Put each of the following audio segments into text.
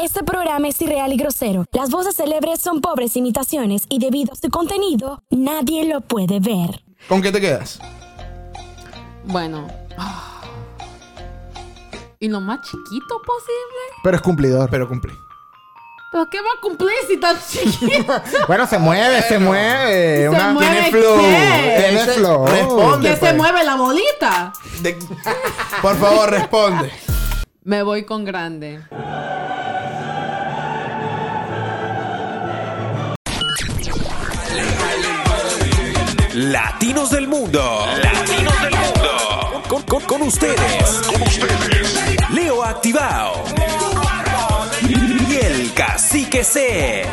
Este programa es irreal y grosero. Las voces célebres son pobres imitaciones y debido a su contenido, nadie lo puede ver. ¿Con qué te quedas? Bueno. Y lo más chiquito posible. Pero es cumplidor. Pero cumplí. ¿Pero qué va a cumplir si tan chiquito? Bueno, se mueve, se mueve. Se Una- mueve. Tiene ¿qué? flow. Tiene Ese- flow. Responde. Ah, que se pues. mueve la bolita. De- Por favor, responde. Me voy con grande. Latinos del Mundo. Latinos del Mundo. Con, con- con ustedes. Leo Activado. Y el Cacique C.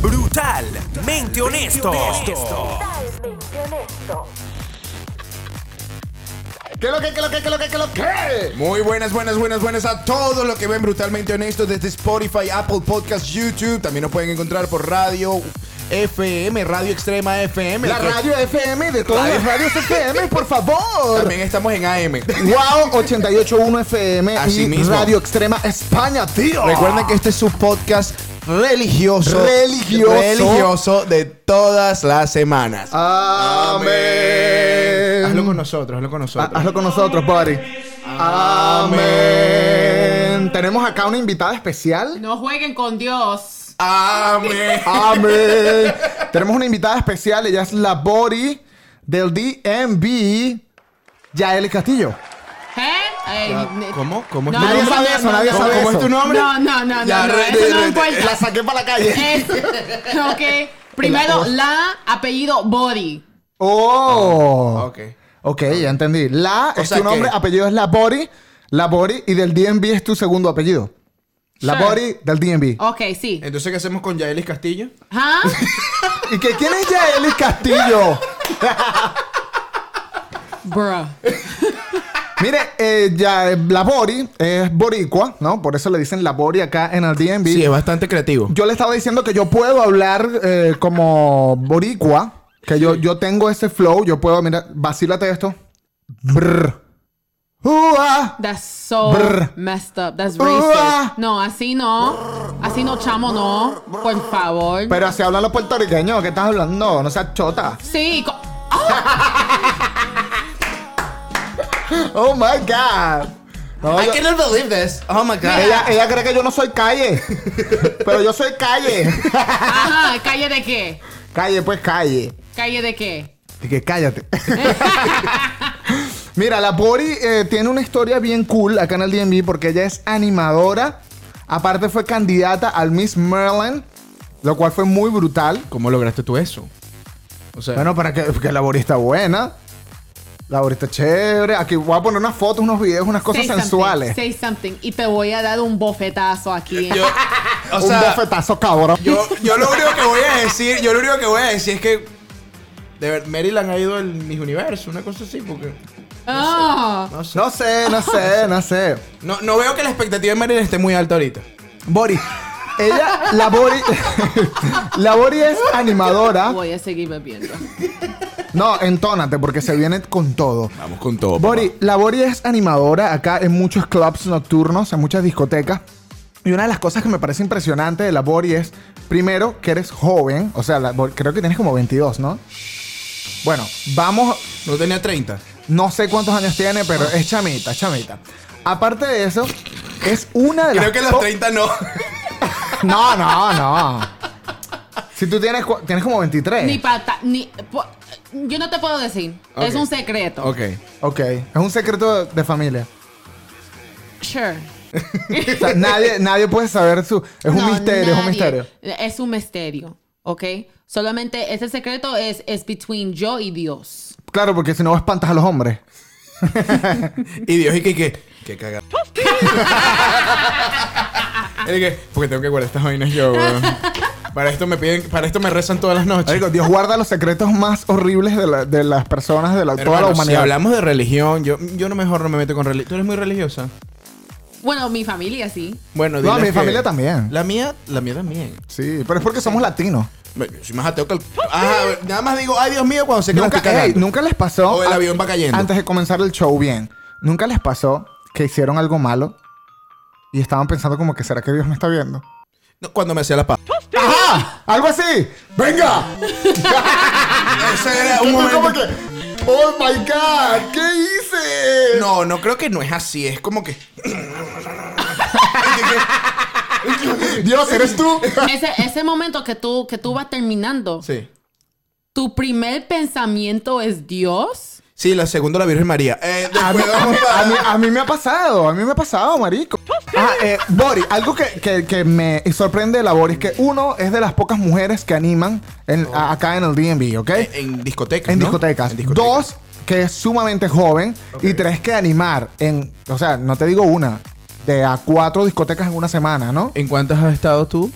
Brutalmente honesto. ¿Qué lo que, qué lo que, qué lo que, qué lo que? Muy buenas, buenas, buenas, buenas a todos los que ven Brutalmente Honestos desde Spotify, Apple Podcast, YouTube. También nos pueden encontrar por radio FM, Radio Extrema FM. La radio FM de todas las radios FM, por favor. También estamos en AM. Wow 881 FM Así y mismo. Radio Extrema España, tío. Recuerden que este es su podcast religioso. Religioso. Religioso de todas las semanas. Amén. Hazlo con nosotros, hazlo con Ha- nosotros. Hazlo con nosotros, buddy. Amén. Tenemos acá una invitada especial. No jueguen con Dios. Ah, Amén. Amén. Tenemos una invitada especial. Ella es la Bori del DMV, Yael Castillo. ¿Eh? Ey, ne- ¿Cómo? ¿Cómo es No, tu nadie no, nombre? sabe no, eso, no, nadie no. ¿Cómo- sabe cómo es eso. tu nombre? No, no, no, Ya, no, re- eso re- no re- importa. La saqué para la calle. Es- ok. Primero, la, apellido, body. Oh. Ah, Ok. Ok, ya entendí. La O es sea tu nombre, que- apellido es la Bori. La Bori y del DMV es tu segundo apellido. La Sure. Bori del DMV. Ok, sí. Entonces, ¿qué hacemos con Yaelis Castillo? ¿Ah? ¿Y que, quién es Yael Castillo? Bruh. Mire, eh, ya, la Bori es boricua, ¿no? Por eso le dicen la Bori acá en el DMV. Sí, es bastante creativo. Yo le estaba diciendo que yo puedo hablar eh, como boricua, que yo, yo tengo ese flow, yo puedo, mira, vacílate esto. Brr. Ua. That's so Brr. messed up. That's Uah. racist. No, así no. Así no, chamo, no. Por favor. Pero así hablan los puertorriqueños, ¿qué estás hablando? No seas chota. Sí. co- Oh my god. No, yo- cannot believe this. Oh my god. ella, ella cree que yo no soy calle. pero yo soy calle. Ajá, calle de qué. calle, pues calle. Calle de qué. Y que cállate. Mira, la Bori eh, tiene una historia bien cool acá en el DMV porque ella es animadora. Aparte fue candidata al Miss Maryland, lo cual fue muy brutal. ¿Cómo lograste tú eso? O sea, Bueno, para que, porque la Bori está buena. La Bori está chévere. Aquí voy a poner unas fotos, unos videos, unas cosas Say something, sensuales. Say something. Y te voy a dar un bofetazo aquí. yo, o Un sea, bofetazo cabrón. yo, yo lo único que voy a decir, yo lo único que voy a decir es que de ver, Maryland ha ido al Miss Universo, una cosa así, porque Ah. no sé. No sé, no sé, no sé. No, no veo que la expectativa de Maryland esté muy alta ahorita. Bori. Ella, la Bori. la Bori es animadora. Voy a seguir bebiendo. No, entónate porque se viene con todo. Vamos con todo. Bori, la Bori es animadora acá en muchos clubs nocturnos, en muchas discotecas. Y una de las cosas que me parece impresionante de la Bori es, primero, que eres joven. O sea, la Bori- creo que tienes como 22, ¿no? Bueno, vamos, No tenía 30. no sé cuántos años tiene, pero es chamita, es chamita. Aparte de eso, es una de las... Creo que los po- 30 no. No, no, no. Si tú tienes, cu- tienes como 23. Ni pata. Ni, po- yo no te puedo decir. Es Ok. un secreto. ok. Ok, es un secreto de- de familia. Sure. O sea, nadie, nadie puede saber su... Es un No, misterio, es un nadie. misterio. Es un misterio, ¿ok? Solamente ese secreto es, es between yo y Dios. Claro, porque si no espantas a los hombres. Y Dios, y que, que, que caga. Y que, porque tengo que guardar estas vainas yo, weón. Para esto me piden, para esto me rezan todas las noches. Marico, Dios guarda los secretos más horribles de, la- de las personas, de la- toda la Hermano, Si humanidad. hablamos de religión, yo, yo no mejor no me meto con religión. ¿Tú eres muy religiosa? Bueno, mi familia sí. Bueno, No, diles mi que- familia también. La mía, la mía también. Sí, pero es porque somos latinos. Me- Yo soy más ateo que el... Ajá, nada más digo, ay Dios mío, cuando sé que la Nunca, estoy ey, cagando. nunca les pasó... O el a- avión va cayendo. Antes de comenzar el show, bien. Nunca les pasó que hicieron algo malo y estaban pensando como que será que Dios me está viendo. No, Cuando me hacía la paz. ¡Ajá! ¡Algo así! ¡Venga! Ese era Tú un como momento. que, ¡Oh my God! ¿Qué hice? No, no creo que no es así. Es como que. Dios, ¿eres tú? Ese, ese momento que tú, que tú vas terminando, Sí. tu primer pensamiento es Dios. Sí, la segunda la Virgen María. Eh, A mí, después a mí- vamos a mí- para. a mí me ha pasado, a mí me ha pasado, marico. Ah, eh, Bori, algo que, que- que me sorprende de la Bori es que uno es de las pocas mujeres que animan en- a- acá en el DMV, ¿ok? Eh, En discotecas. En ¿no? discotecas. En discotecas. Dos, que es sumamente joven. Y tres, que animar en, o sea, no te digo una, de a cuatro discotecas en una semana, ¿no? ¿En cuántas has estado tú?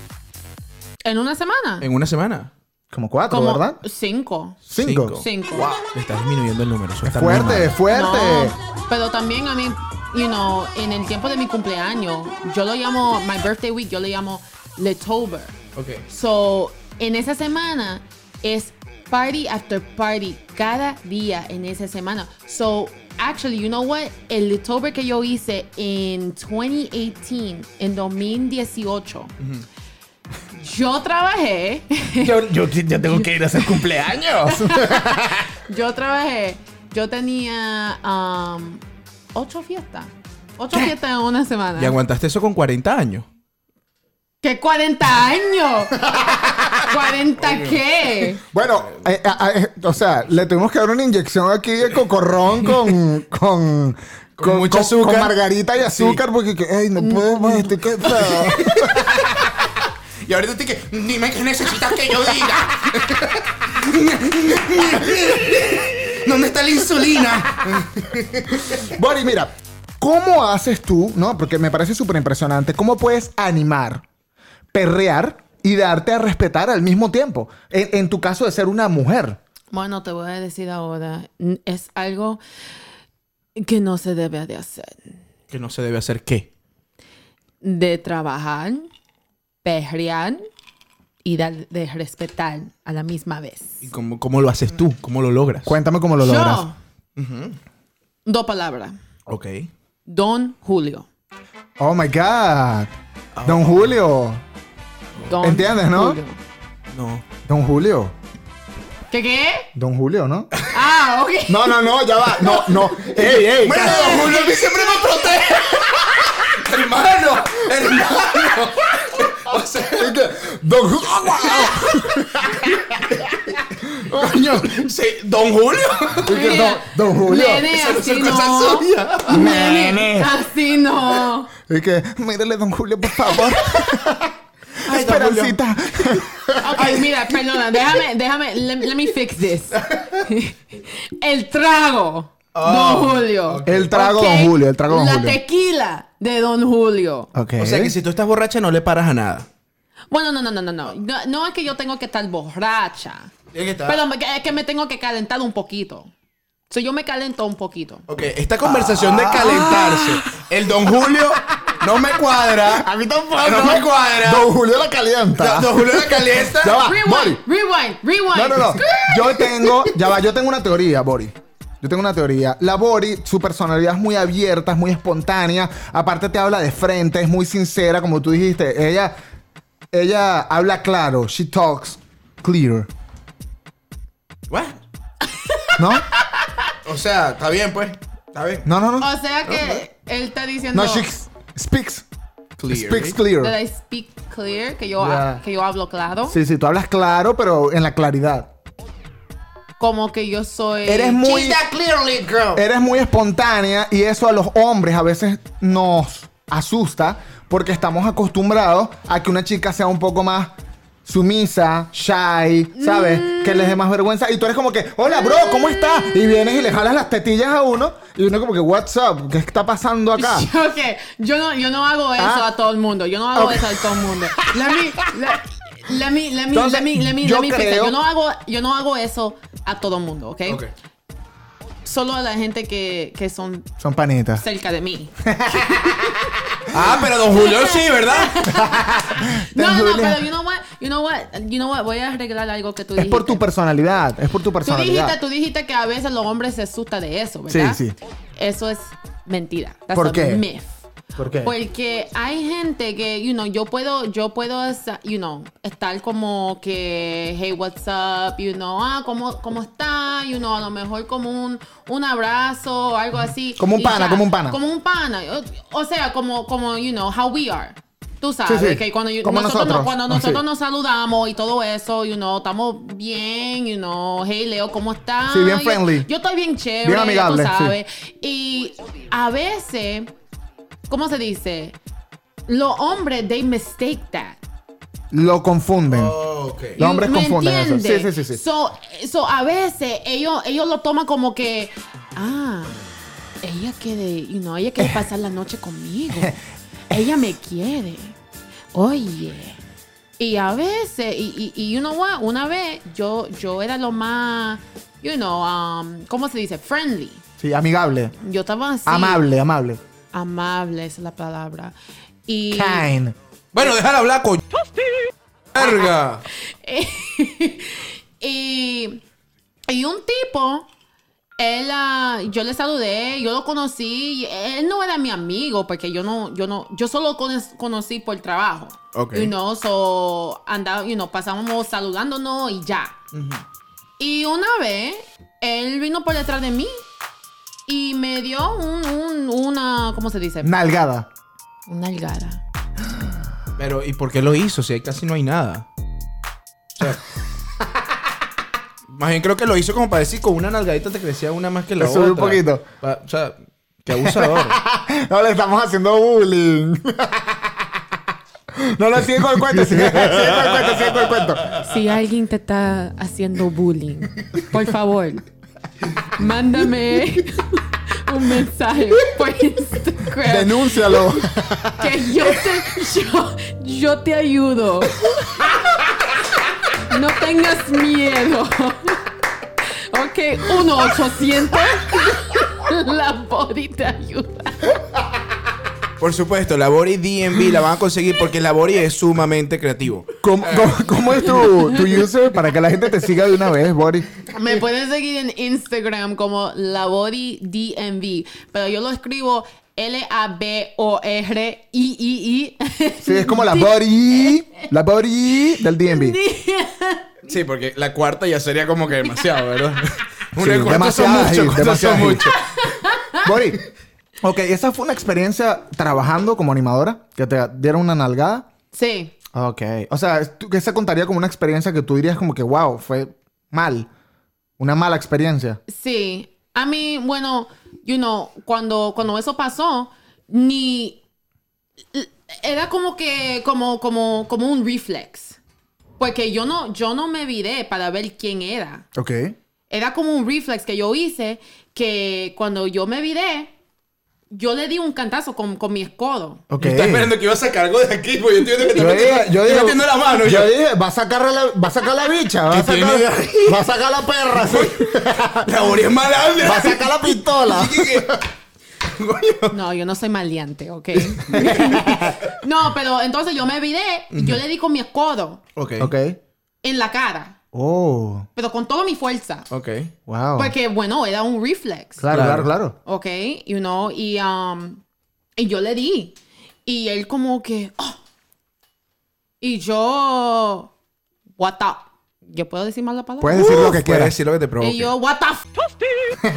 En una semana. En una semana. Como cuatro, Como ¿verdad? cinco. Cinco. cinco. Cinco. Le estás disminuyendo el número. Eso está muy Fuerte, mal. fuerte. No, pero también a mí, you know, en el tiempo de mi cumpleaños, yo lo llamo, my birthday week, yo le llamo Letober. Ok. So, en esa semana es party after party cada día en esa semana. So, actually, you know what? El Letober que yo hice en 2018, en 2018, yo trabajé. Yo, yo, yo tengo que ir a hacer cumpleaños. Yo trabajé, yo tenía um, ocho fiestas. Ocho fiestas en una semana. ¿Y aguantaste eso con 40 años? ¿Qué 40 años? ¿40 qué? Bueno, eh, eh, eh, o sea, le tuvimos que dar una inyección aquí de cocorrón con. con Con mucho azúcar. con margarita y azúcar, porque que, ey, no puedo más, estoy cansado. Mm. Y ahorita te que, dime qué necesitas que yo diga. ¿Dónde está la insulina? Bori, mira, ¿cómo haces tú, no? Porque me parece súper impresionante, ¿cómo puedes animar, perrear y darte a respetar al mismo tiempo? En, en tu caso de ser una mujer. Bueno, te voy a decir ahora. n- Es algo que no se debe de hacer. Que no se debe hacer qué. De trabajar, perrear y dar- de respetar a la misma vez. ¿Y cómo, cómo lo haces tú? ¿Cómo lo logras? Cuéntame cómo lo yo, logras. dos palabras. Ok. Don Julio. Oh my God. Oh. Don Julio. Don ¿Entiendes, no? Julio. No. Don Julio. ¿Qué qué? Don Julio, ¿no? Ah, ok. No, no, no, ya va. No, no. Ey, ey. Bueno, don Julio a mí siempre me protege. hermano, hermano. O sea, Don Julio. coño, sí, don Julio. Don, don Julio. Nene, Eso no así son cosas no. suyas. Nene, así no. Y que, mírale, don Julio, por favor. Ay, don Julio. Esperancita. Ok, mira, perdona, déjame, déjame, let, let me fix this. El trago, Don Julio. El trago, Ok, Don Julio, el trago, Don La Julio. Ah. tequila de Don Julio. Ok. O sea que si tú estás borracha no le paras a nada. Bueno, no, no, no, no, no. No, no es que yo tengo que estar borracha. Tiene que estar- Pero me- es que me tengo que calentar un poquito. So, yo me calento un poquito. Ok, esta conversación de calentarse. El don Julio no me cuadra. A mí tampoco. No me cuadra. Don Julio la calienta. Don, don Julio la calienta. Ya va, Rewind, Bori. rewind, rewind. No, no, no. Yo tengo, ya va, yo tengo una teoría, Bori. Yo tengo una teoría. La Bori, su personalidad es muy abierta, es muy espontánea. Aparte te habla de frente, es muy sincera, como tú dijiste. Ella, ella habla claro. She talks clear. What? ¿No? O sea, está bien, pues. Está bien. No, no, no. O sea que él está diciendo Oh, No, she speaks. Speaks that clear. I speak clear, que yo, Yeah. que yo hablo claro. Sí, sí, tú hablas claro, pero en la claridad. Como que yo soy. Eres muy. Eres muy espontánea y eso a los hombres a veces nos asusta porque estamos acostumbrados a que una chica sea un poco más sumisa, shy, ¿sabes? Que les dé más vergüenza. Y tú eres como que, hola, bro, ¿cómo estás? Y vienes y le jalas las tetillas a uno y uno como que, what's up? ¿Qué está pasando acá? Ok, yo no, yo no hago eso Ah. a todo el mundo. Yo no hago Ok. eso a todo el mundo. Let me, let, let me, let me, Entonces, let me, let me, yo let me fix it. creo- Yo no hago, yo no hago eso a todo el mundo, ¿ok? Solo a la gente que, que son Son panitas. cerca de mí. Ah, pero don Julio sí, ¿verdad? No, no, no, Julia. pero you know what, you know what, you know what, voy a arreglar algo que tú Es dijiste. por tu personalidad, es por tu Tú dijiste, personalidad. tú dijiste que a veces los hombres se asustan de eso, ¿verdad? Sí, sí. Eso es mentira. That's ¿Por a qué? myth. ¿Por qué? pues, Porque hay gente que, you know, yo puedo, yo puedo, esa- you know, estar como que, hey, what's up, you know, ah, ¿cómo, cómo está? You know, a lo mejor como un, un abrazo o algo así. Como un y pana, ya. como un pana. Como un pana. O, o sea, como, como, you know, how we are. Tú sabes Sí, sí. que cuando, yo- Como nosotros, no- nosotros. cuando Ah, nosotros sí. nos saludamos y todo eso, you know, estamos bien, you know, hey Leo, ¿cómo estás? Sí, bien Yo- friendly. Yo, estoy bien chévere, Bien amigable, tú sí. sabes. Y a veces, ¿cómo se dice? Los hombres, they mistake that. Lo confunden. oh. Los hombres ¿Me confunden entiendes? eso. Sí, sí, sí. sí. So, so, a veces ellos, ellos lo toman como que, ah, ella quiere, you know, ella quiere pasar la noche conmigo. Ella me quiere. Oye. Y a veces, y, y, y you know what, una vez yo, yo era lo más, you know, um, ¿cómo se dice? Friendly. Sí, amigable. Yo estaba así. Amable, amable. Amable, esa es la palabra. Y. Kind. Bueno, déjala hablar, coño. Verga. y, y un tipo, él, ah, yo le saludé, yo lo conocí, y él no era mi amigo porque yo no, yo no, yo solo lo cono- conocí por trabajo. Ok. You know, so andaba, you know, pasábamos saludándonos y ya. Y una vez, él vino por detrás de mí y me dio un, un- una, ¿cómo se dice? Nalgada. Una algada. Pero, ¿y por qué lo hizo? Si ahí casi no hay nada. O sea, más bien creo que lo hizo como para decir con una nalgadita te crecía una más que la Le otra. subió un poquito. Pa- o sea, qué abusador. No le estamos haciendo bullying. No, no, sigue con el cuento, sigue, sigue con el cuento, sigue con el cuento. Si alguien te está haciendo bullying, por favor, mándame un mensaje por Instagram Denúncialo. que yo te, yo, yo te ayudo. No tengas miedo. Ok, 1-800. La body te ayuda. Por supuesto, Labori DMV la van a conseguir porque Labori es sumamente creativo. ¿Cómo, cómo, cómo es tu, tu user para que la gente te siga de una vez, Boris? Me pueden seguir en Instagram como LaboryDMV, pero yo lo escribo L-A-B-O-R-I-I-I. Sí, es como la Boris. La Boris del DMV. Sí, porque la cuarta ya sería como que demasiado, ¿verdad? Sí, Una cuarta son demasiado mucho, ágil, cuarta demasiado son ágil. mucho. Bori, ok, esa fue una experiencia trabajando como animadora, que te dieron una nalgada. Sí. Ok. O sea, ¿tú- que se contaría como una experiencia que tú dirías como que, wow, fue mal. Una mala experiencia. Sí. A mí, bueno, you know, cuando, cuando eso pasó, ni. Era como que. Como, como, como un reflex. Porque yo no, yo no me viré para ver quién era. Ok. Era como un reflex que yo hice que cuando yo me viré, yo le di un cantazo con, con mi escodo. Ok. Yo estaba esperando que iba a sacar algo de aquí, porque yo entiendo que te Yo dije, yo dije, metiendo la mano. yo Yo, dije, va a sacar la, va a sacar la bicha, va a ¿Qué sacar, tiene? va a sacar la perra, sí. Labori es malandra. va a sacar la pistola. No, yo no soy maleante, ¿ok? no, pero entonces yo me viré, yo le di con mi escodo Ok. Ok. en la cara, Oh, pero con toda mi fuerza. Ok. wow. Pues, Porque, bueno, era un reflex. Oh. claro, claro, claro. ¿Ok? You know, y, um, y yo le di. Y él como que... "Oh". Y yo... What the... ¿Yo puedo decir mal la Pues, palabra? Puedes decir lo que Puedes quieras. decir lo que te provoque. Y yo, what the f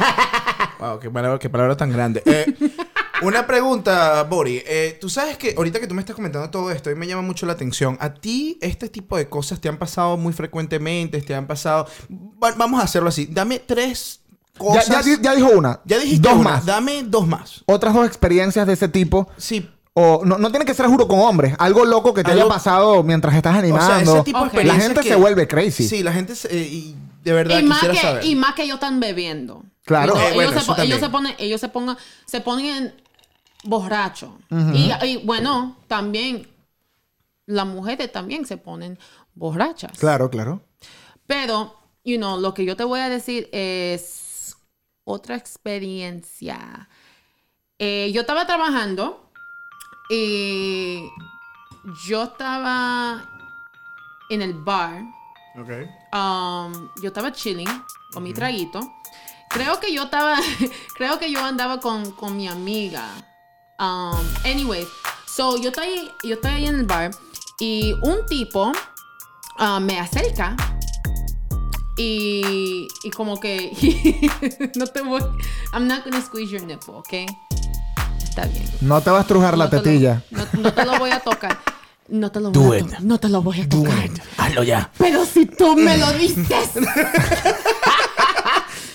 Wow, qué palabra, qué palabra tan grande. Eh, una pregunta, Bori. Eh, tú sabes que ahorita que tú me estás comentando todo esto, a mí me llama mucho la atención. ¿A ti este tipo de cosas te han pasado muy frecuentemente? ¿Te han pasado...? Va- vamos a hacerlo así. Dame tres Ya, cosas... ya di- ya dijo una. Ya dijiste dos una. más. Dame dos más. Otras dos experiencias de ese tipo. Sí. O no, no tiene que ser, juro, con hombres. Algo loco que te Algo- haya pasado mientras estás O animando. sea, ese tipo Ok. de experiencias La gente que- se vuelve crazy. Sí, la gente... se- eh, y de verdad y más, quisiera que, saber. y más que ellos están bebiendo. Claro. You know, Eh, bueno, ellos, se, eso po- ellos también. se ponen, ellos se pongan, se ponen borrachos. y, y bueno, también las mujeres también se ponen borrachas. Claro, claro. Pero, you know, lo que yo te voy a decir es otra experiencia. Eh, yo estaba trabajando y yo estaba en el bar. Ok. Um, yo estaba chilling con mi traguito Creo que yo estaba, creo que yo andaba con, con mi amiga. Um, anyway, so yo estoy, yo estoy ahí en el bar y un tipo ah, me acerca y, y como que no te voy, I'm not gonna squeeze your nipple, ¿ok? Está bien. No te vas a trujar la No te lo- tetilla. no, no te lo voy a tocar. No te lo Do voy a it. tocar. No te lo voy a tocar. Hazlo ya. Pero si tú me lo dices.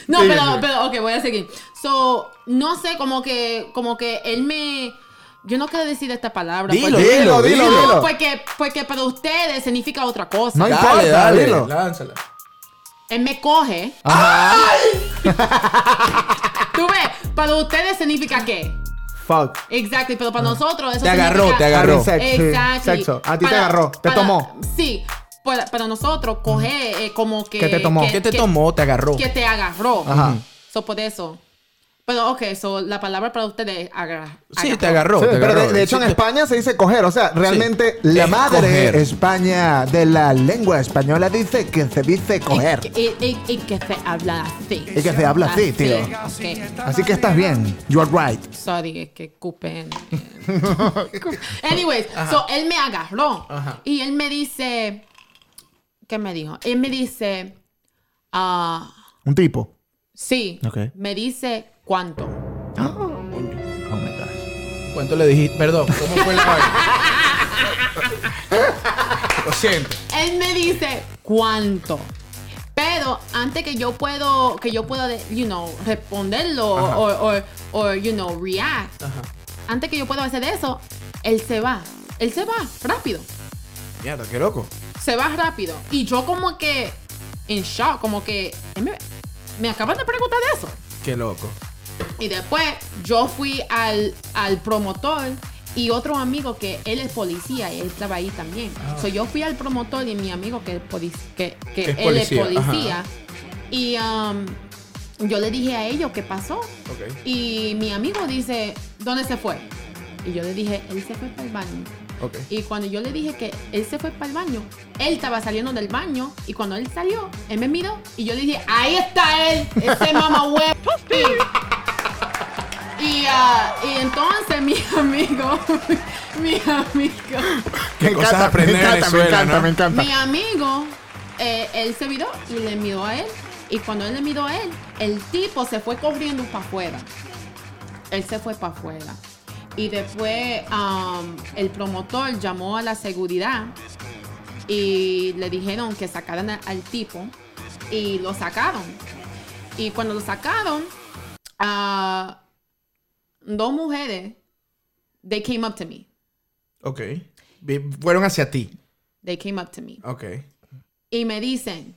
no, pero, pero, ok, voy a seguir. So, no sé, como que, como que él me. Yo no quiero decir esta palabra. Dilo, porque, dilo, dilo, No, dilo. porque, porque para ustedes significa otra cosa. No Dale, importa, dale, dilo. lánzala. Él me coge. Tú ves, para ustedes significa qué. Fuck. Exacto, pero para nosotros eso Te agarró, significa- te agarró. Having sex, sí. Exacto. Sexo. A ti te agarró, te tomó. Sí, para, para nosotros coger eh, como que. Que te tomó. ¿Qué te tomó? Te agarró. Que te agarró. Ajá. So, por eso. Pero, ok, so, la palabra para ustedes es agarrar. Sí, te agarró. Sí, te pero de, agarró. de hecho en Sí, te- España se dice coger, o sea, realmente Sí. la Es madre coger. España de la lengua española dice que se dice coger. Y, y- y que se habla así. Y que se habla así, tío. Ok, Así que estás bien. You are right. Sorry, es que cupen. Anyways, so él me agarró. Y él me dice. ¿Qué me dijo? Él me dice. ah, Un tipo. sí. Ok. Me dice cuánto. Oh my gosh. ¿Cuánto le dijiste? Perdón, ¿cómo fue la vaina? Lo siento. Él me dice cuánto. Pero antes que yo puedo, que yo pueda, de- you know, responderlo o, o- o, you know, react. Antes que yo pueda hacer eso, él se va. Él se va rápido. Mierda, qué loco. Se va rápido. Y yo como que en shock, como que él me, me acaban de preguntar de eso. Qué loco. Y después yo fui al, al promotor y otro amigo que él es policía y él estaba ahí también. So, yo fui al promotor y mi amigo que, es polic- que, que Ah. Que es él es policía, ajá. policía. Y um, yo le dije a ellos qué pasó. Ok. Y mi amigo dice, ¿dónde se fue? Y yo le dije, él se fue para el baño. Ok. Y cuando yo le dije que él se fue para el baño, él estaba saliendo del baño y cuando él salió, él me miró y yo le dije, ahí está él, ese mamá Y, y, ah, y entonces mi amigo, mi amigo, Qué cosas aprender en me Venezuela, encanta, ¿no? me encanta. mi amigo, eh, él se miró y le miró a él. Y cuando él le miró a él, el tipo se fue corriendo para afuera. Él se fue para afuera. Y después um, el promotor llamó a la seguridad y le dijeron que sacaran a- al tipo. Y lo sacaron. Y cuando lo sacaron, ah, dos mujeres, they came up to me. Ok. Vi- Fueron hacia ti. They came up to me. Ok. y me dicen,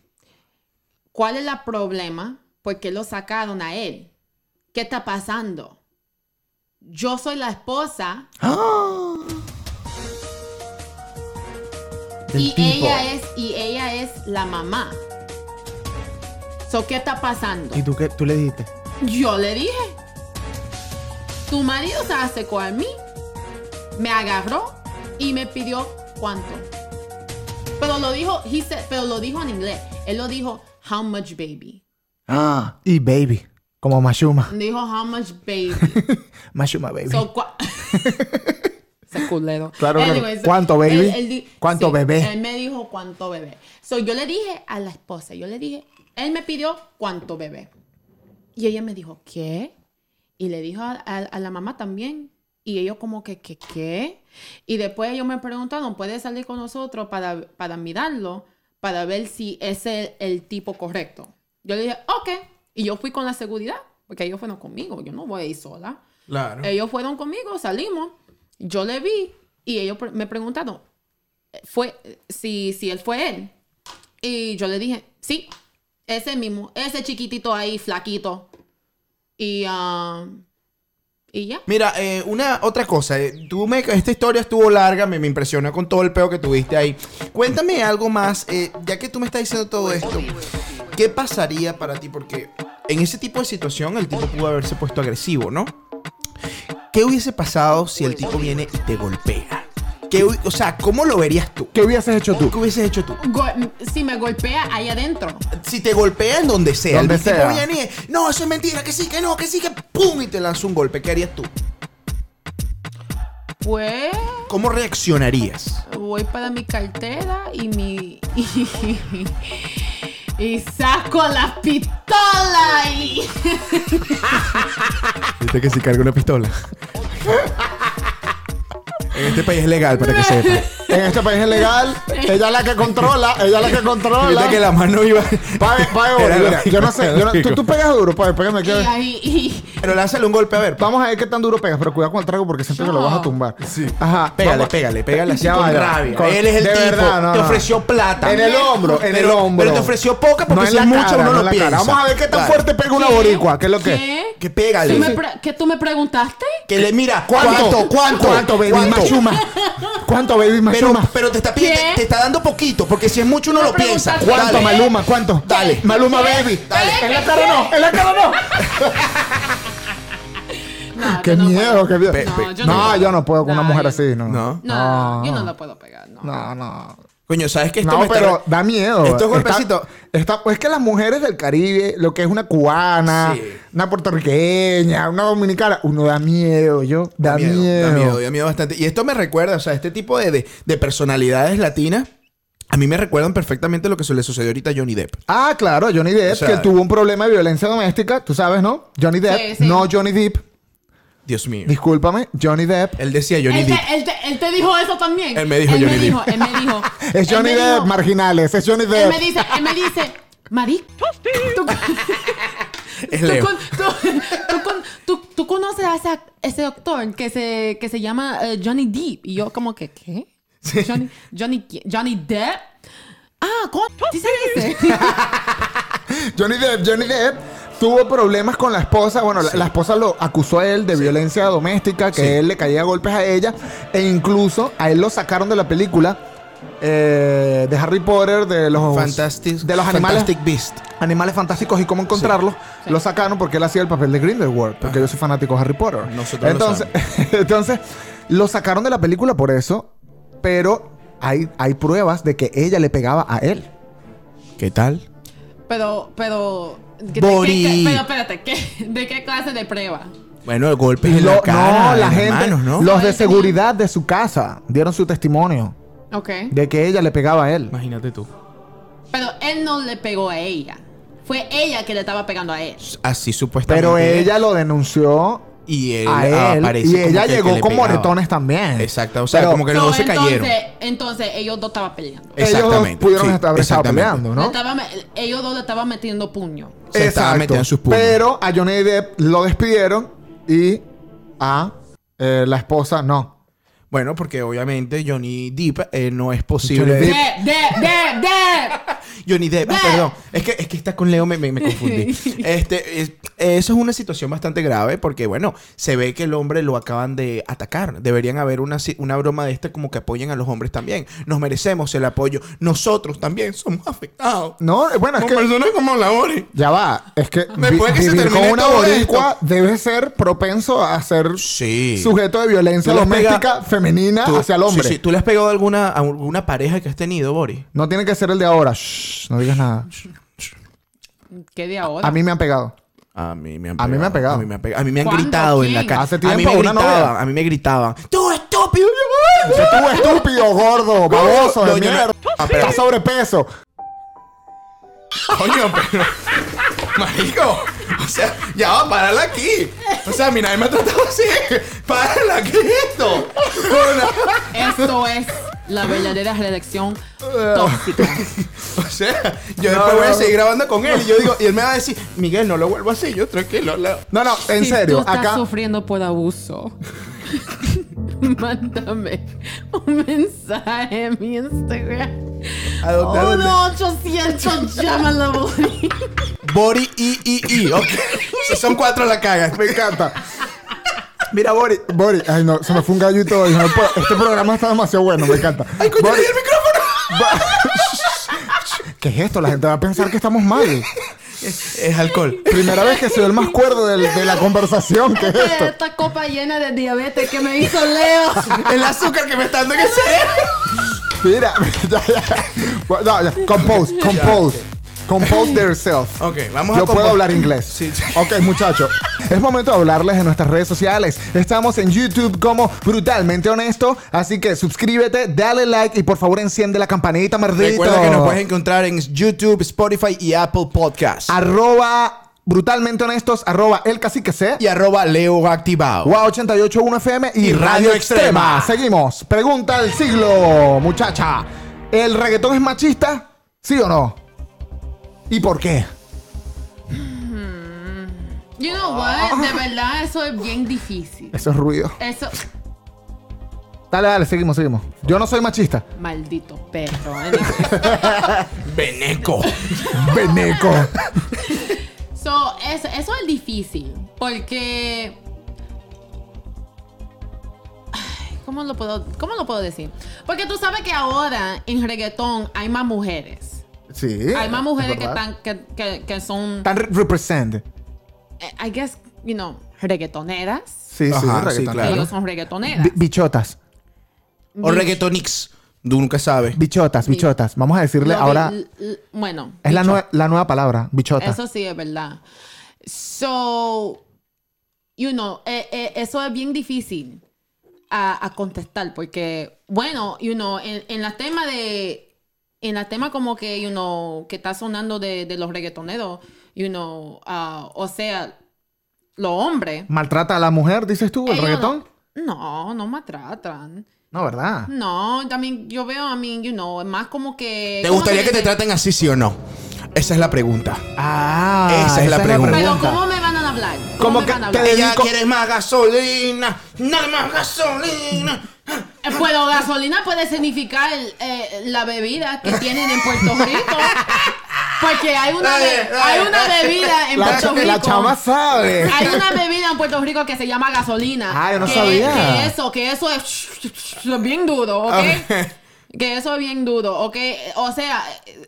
¿cuál es el problema? ¿Por qué lo sacaron a él? ¿Qué está pasando? Yo soy la esposa y ella es y ella es la mamá. So, ¿Qué está pasando? ¿Y tú qué? ¿Tú le dijiste? Yo le dije, tu marido se acercó a mí, me agarró y me pidió cuánto. Pero lo dijo, he said- pero lo dijo en inglés. Él lo dijo, how much baby. Ah. Y baby. Como Mashuma. Dijo, how much baby. Mashuma baby. So, cua- Ese culero. Claro, claro. so, ¿Cuánto, baby? di- ¿Cuánto, bebé? Él me dijo cuánto bebé. So, yo le dije a la esposa, yo le dije, él me pidió cuánto bebé. Y ella me dijo, ¿qué? Y le dijo a, a- a la mamá también. Y ellos como que, ¿qué? ¿Qué? Y después ellos me preguntaron, ¿puedes salir con nosotros para, para mirarlo? Para ver si ese es el, tipo correcto. Yo le dije, ok. Y yo fui con la seguridad, porque ellos fueron conmigo. Yo no voy a ir sola. Claro. Ellos fueron conmigo, salimos, yo le vi y ellos pre- me preguntaron eh, fue eh, si, si él fue él. Y yo le dije, sí, ese mismo, ese chiquitito ahí, flaquito. Y, ah, y ya. Mira, eh, una otra cosa. eh, tú me, esta historia estuvo larga, me, me impresionó con todo el peo que tuviste ahí. Cuéntame algo más, eh, ya que tú me estás diciendo todo esto. ¿Qué pasaría para ti? Porque en ese tipo de situación el tipo pudo haberse puesto agresivo, ¿no? ¿Qué hubiese pasado si el tipo viene y te golpea? ¿Qué hu- o sea, ¿cómo lo verías tú? ¿Qué hubieses hecho tú? ¿Qué hubieses hecho tú? Go- si me golpea ahí adentro. Si te golpean donde sea, Donde el tipo sea. viene y, no, eso es mentira, que sí, que no, que sí, que pum, y te lanza un golpe. ¿Qué harías tú? Pues ¿Cómo reaccionarías? voy para mi cartera y mi. Y, saco la pistola y. Viste que si carga una pistola. en este país es legal, para que sepa. En este país es legal, ella es la que controla, ella es la que controla. Viste que la mano iba. Pague, pague, boludo, Era la- mira, yo no sé, yo no- tú, tú pegas duro, pues, pague, pégame y aquí. ahí. y- Pero lánzale un golpe, a ver. Vamos a ver qué tan duro pegas, pero cuidado con el trago porque siempre que lo vas a tumbar. Sí. Ajá. Pégale, vamos- pégale, pégale así Ya con va, ya va. rabia. Con- Él es el de tipo. verdad, no, te no. ofreció plata. En el hombro, en el Pero- hombro. Pero te ofreció poca porque No en si es la mucha cara, uno no no, en la cara. piensa. Vamos a ver qué tan Vale. fuerte pega una boricua, qué es lo que. ¿Qué? Que pégale. ¿Tú me pre- ¿Qué tú me preguntaste? Que le mira. ¿Cuánto? ¿Cuánto? ¿Cuánto, baby machuma? ¿Cuánto, baby Pero, machuma? pero te está pidiendo, ¿Qué? te, te está dando poquito, porque si es mucho uno No lo piensa. preguntaste ¿Cuánto, Dale. Maluma? ¿Cuánto? Dale. Maluma, baby. Dale. En la cara no, en la cara no. No, Qué yo no miedo, puedo. qué miedo. No, yo No, no, yo no puedo con una No, mujer yo- así, no. No. No, yo no lo puedo pegar. No. No, no. Coño, ¿sabes que esto no, me pero está... da miedo. Estos Está- golpecitos. está- es que las mujeres del Caribe, lo que es una cubana, Sí. una puertorriqueña, una dominicana, uno da miedo, yo. Da, miedo, da miedo, da miedo bastante. Y esto me recuerda, o sea, este tipo de, de, de personalidades latinas, a mí me recuerdan perfectamente lo que se le sucedió ahorita a Johnny Depp. Ah, claro, Johnny Depp, O sea, que tuvo un problema de violencia doméstica, tú sabes, ¿no? Johnny Depp, Sí, sí. no Johnny Depp, Dios mío. discúlpame, Johnny Depp. Él decía Johnny Él Depp. te, él te- él te dijo eso también. Él me dijo él Johnny Depp. me dijo, él me dijo. Es él Johnny me Depp, dijo- marginales, es Johnny Él Depp. me dice, él me dice, Mari, tú, Es tú Leo. con- tú- tú con- tú- tú conoces a ese, ese actor que se, que se llama eh, Johnny Depp. Y yo como que, ¿qué? Johnny, Johnny, qui- Johnny Depp. Ah, ¿cómo? Sí se dice. Johnny Depp, Johnny Depp tuvo problemas con la esposa. Bueno, la, la esposa lo acusó a él de violencia doméstica, que Sí. él le caía a golpes a ella. E incluso a él lo sacaron de la película eh, de Harry Potter, de los Fantastic, de los animales, Fantastic Beast. animales fantásticos y cómo encontrarlos. Lo sacaron porque él hacía el papel de Grindelwald, porque yo soy fanático de Harry Potter. Nosotros lo entonces, entonces lo sacaron de la película por eso, pero hay, hay pruebas de que ella le pegaba a él. ¿Qué tal? Pero, pero... ¿de qué- Bori. qué- pero espérate, ¿qué- ¿de qué clase de prueba? Bueno, el golpe en Lo- la cara, no, en la las gente, manos, ¿no? los de Ay, seguridad de su casa dieron su testimonio Ok. de que ella le pegaba a él. Imagínate tú. Pero él no le pegó a ella. Fue ella que le estaba pegando a él. Así supuestamente. Pero ella lo denunció y él, a él aparece y como ella que el que llegó le con pegaba. moretones también. Exacto, o sea, Pero como que los So, dos se cayeron. Entonces, entonces ellos dos estaban peleando. Eh, ellos dos Exactamente, pudieron sí, estar haber estado exactamente. peleando, Le ¿no? estaba me- ellos dos le estaban metiendo puño. Se estaba metiendo en sus puños. Pero a Johnny Depp lo despidieron y a eh, la esposa no. Bueno, porque obviamente Johnny Depp eh, no es posible. Johnny Johnny De, Depp. Depp, de, de, de. ah, Depp. perdón. Es que, es que está con Leo, me, me- me confundí. este, es- eso es una situación bastante grave porque, bueno, se ve que el hombre lo acaban de atacar. Deberían haber una, si- una broma de esta como que apoyen a los hombres también. Nos merecemos el apoyo. Nosotros también somos afectados. No, eh, bueno, es Como que personas como la Ori. ya va, es que vi- Después que se vivir con termine una todo boricua esto. debe ser propenso a ser Sí. sujeto de violencia Tú le has doméstica pegado- femenina Tú- hacia el hombre. Sí, sí. ¿Tú le has pegado a alguna, a alguna pareja que has tenido, Boris? No tiene que ser el de ahora. Shh, no digas nada. ¿Qué de ahora? A mí me han pegado. A mí me han A pegado. mí me ha pegado. A mí me, han pegado. A mí me han ¿Cuándo? gritado en la ¿Quién? cara. Hace a mí tiempo, me una gritaban. novia. A mí me gritaban. ¡Tú estúpido! mi amor! Tú estúpido, gordo, baboso de No, yo no- mierda. Ah, pero- Estás sobrepeso. Coño, pero. Marico. O sea, ya va, párala aquí. O sea, mira, me ha tratado así. Párala aquí esto. Una- Esto es la verdadera redacción tóxica. O sea, yo No, después voy no, a no. seguir grabando con él. Y yo digo, y él me va a decir, Miguel, no lo vuelvo así. Yo tranquilo. Leo. No, no, en si serio. tú estás acá. sufriendo por abuso, mándame un mensaje en mi Instagram. ¿A dónde, a dónde? 1800 llama la Bori. Bori I, I, I. Ok. Si son cuatro, la cagas. Me encanta. Mira, Bori. Bori. Ay, no, se me fue un gallo y todo. Yo no puedo. Este programa está demasiado bueno, me encanta. ¡Ay, coño, Bori- le di el micrófono! Bo- ¿Qué es esto? La gente va a pensar que estamos mal. es alcohol. Primera vez que soy el más cuerdo del- de la conversación. ¿Qué es esto? Esta copa llena de diabetes que me hizo Leo. El azúcar que me está dando en el cerebro. Mira, ya, ya. Bueno, no, ya. Compose, compose. Compose yourself. Ok, vamos a Yo puedo compo- hablar inglés. Sí, sí. Ok, muchachos. Es momento de hablarles de nuestras redes sociales. Estamos en YouTube como Brutalmente Honesto. Así que suscríbete, dale like y por favor enciende la campanita, merdito. Recuerda que nos puedes encontrar en YouTube, Spotify y Apple Podcasts. Arroba Brutalmente Honestos, arroba El Cacique C. y arroba Leo Activado. Guau 881 FM y, Y Radio, Radio Extrema. Extrema. Seguimos. Pregunta del siglo, muchacha. ¿El reggaetón es machista? ¿Sí o no? ¿Y por qué? You know what? De verdad, eso es bien difícil. Eso es ruido. Eso. Dale, dale, seguimos, seguimos. Yo no soy machista. Maldito perro. Beneco. Veneco. So, eso, eso es difícil. Porque. Ay, ¿Cómo lo, puedo, ¿Cómo lo puedo decir? Porque tú sabes que ahora en reggaetón hay más mujeres. Sí. Hay más mujeres que, es verdad. están, que, que, que son, Tan re- represent. eh, I guess, you know, reggaetoneras. Sí, sí, Ajá, sí, reggaetón. Claro. Ellos son reggaetoneras. Bi- bichotas. o reggaetonix. Tú nunca sabes. Bichotas, bichotas. Vamos a decirle Lo que- ahora. l- l- bueno. es la, bicho- nue- la nueva palabra, bichota. Eso sí es verdad. So, you know, eh, eh, eso es bien difícil a, a contestar porque, bueno, you know, en, en la tema de, en la tema como que, you know, que está sonando de, de los reggaetoneros, you know, ah, o sea, los hombres. ¿Maltrata a la mujer, dices tú, el ellos reggaetón? No, no, no maltratan. No, ¿verdad? Mm. No, también yo veo, a I mí, mean, you know, es más como que... ¿Te ¿cómo gustaría que te traten así, sí o no? Esa es la pregunta. Ah, Esa es la pregunta. Pero ¿cómo me van a hablar? ¿Cómo, Como me que van a te hablar? Ella dedico- quiere más gasolina. Nada más gasolina. Eh, Pero gasolina puede significar eh, la bebida que tienen en Puerto Rico. Porque hay una, be- hay una bebida en La, Puerto cha- Rico. la chama sabe. Hay una bebida en Puerto Rico que se llama gasolina. Ah, yo no que, sabía. Que eso, que eso es bien duro, ¿ok? que eso es bien duro, ¿ok? O sea,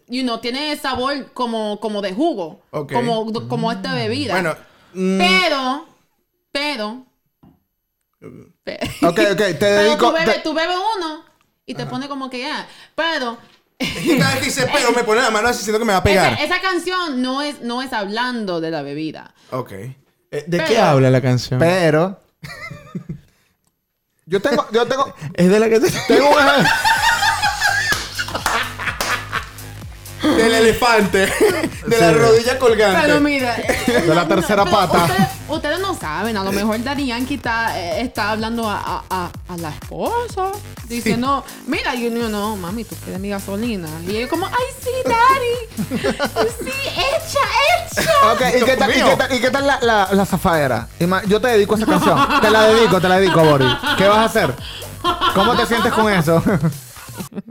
you know, tiene sabor como, como de jugo. Ok. Como, como esta bebida. Bueno, mm, Pero, pero... pe- Ok, ok, te pero dedico. tú bebes, te- tú bebes uno y te pone como que ya. Pero cada vez que dice pero me pone la mano así siento que me va a pegar. esa, esa canción no es, no es hablando de la bebida. Ok. Eh, ¿De qué Pero- habla la canción? Pero. Yo tengo, yo tengo. es de la que Tengo un ejemplo. Del elefante. De la rodilla colgante. Pero mira, eh, De la tercera pero pata. Ustedes, ustedes no saben, a lo mejor Darianki está, eh, está hablando a, a- a- a la esposa, diciendo, mira, yo no, no, mami, tú quieres mi gasolina. Y yo como, ay, sí, Dari, sí, echa, echa. Ok, ¿y qué tal, y qué tal- y qué tal la, la, la zafadera? Ima- Yo te dedico esa canción. Te la dedico, te la dedico, Boris. ¿Qué vas a hacer? ¿Cómo te sientes con eso?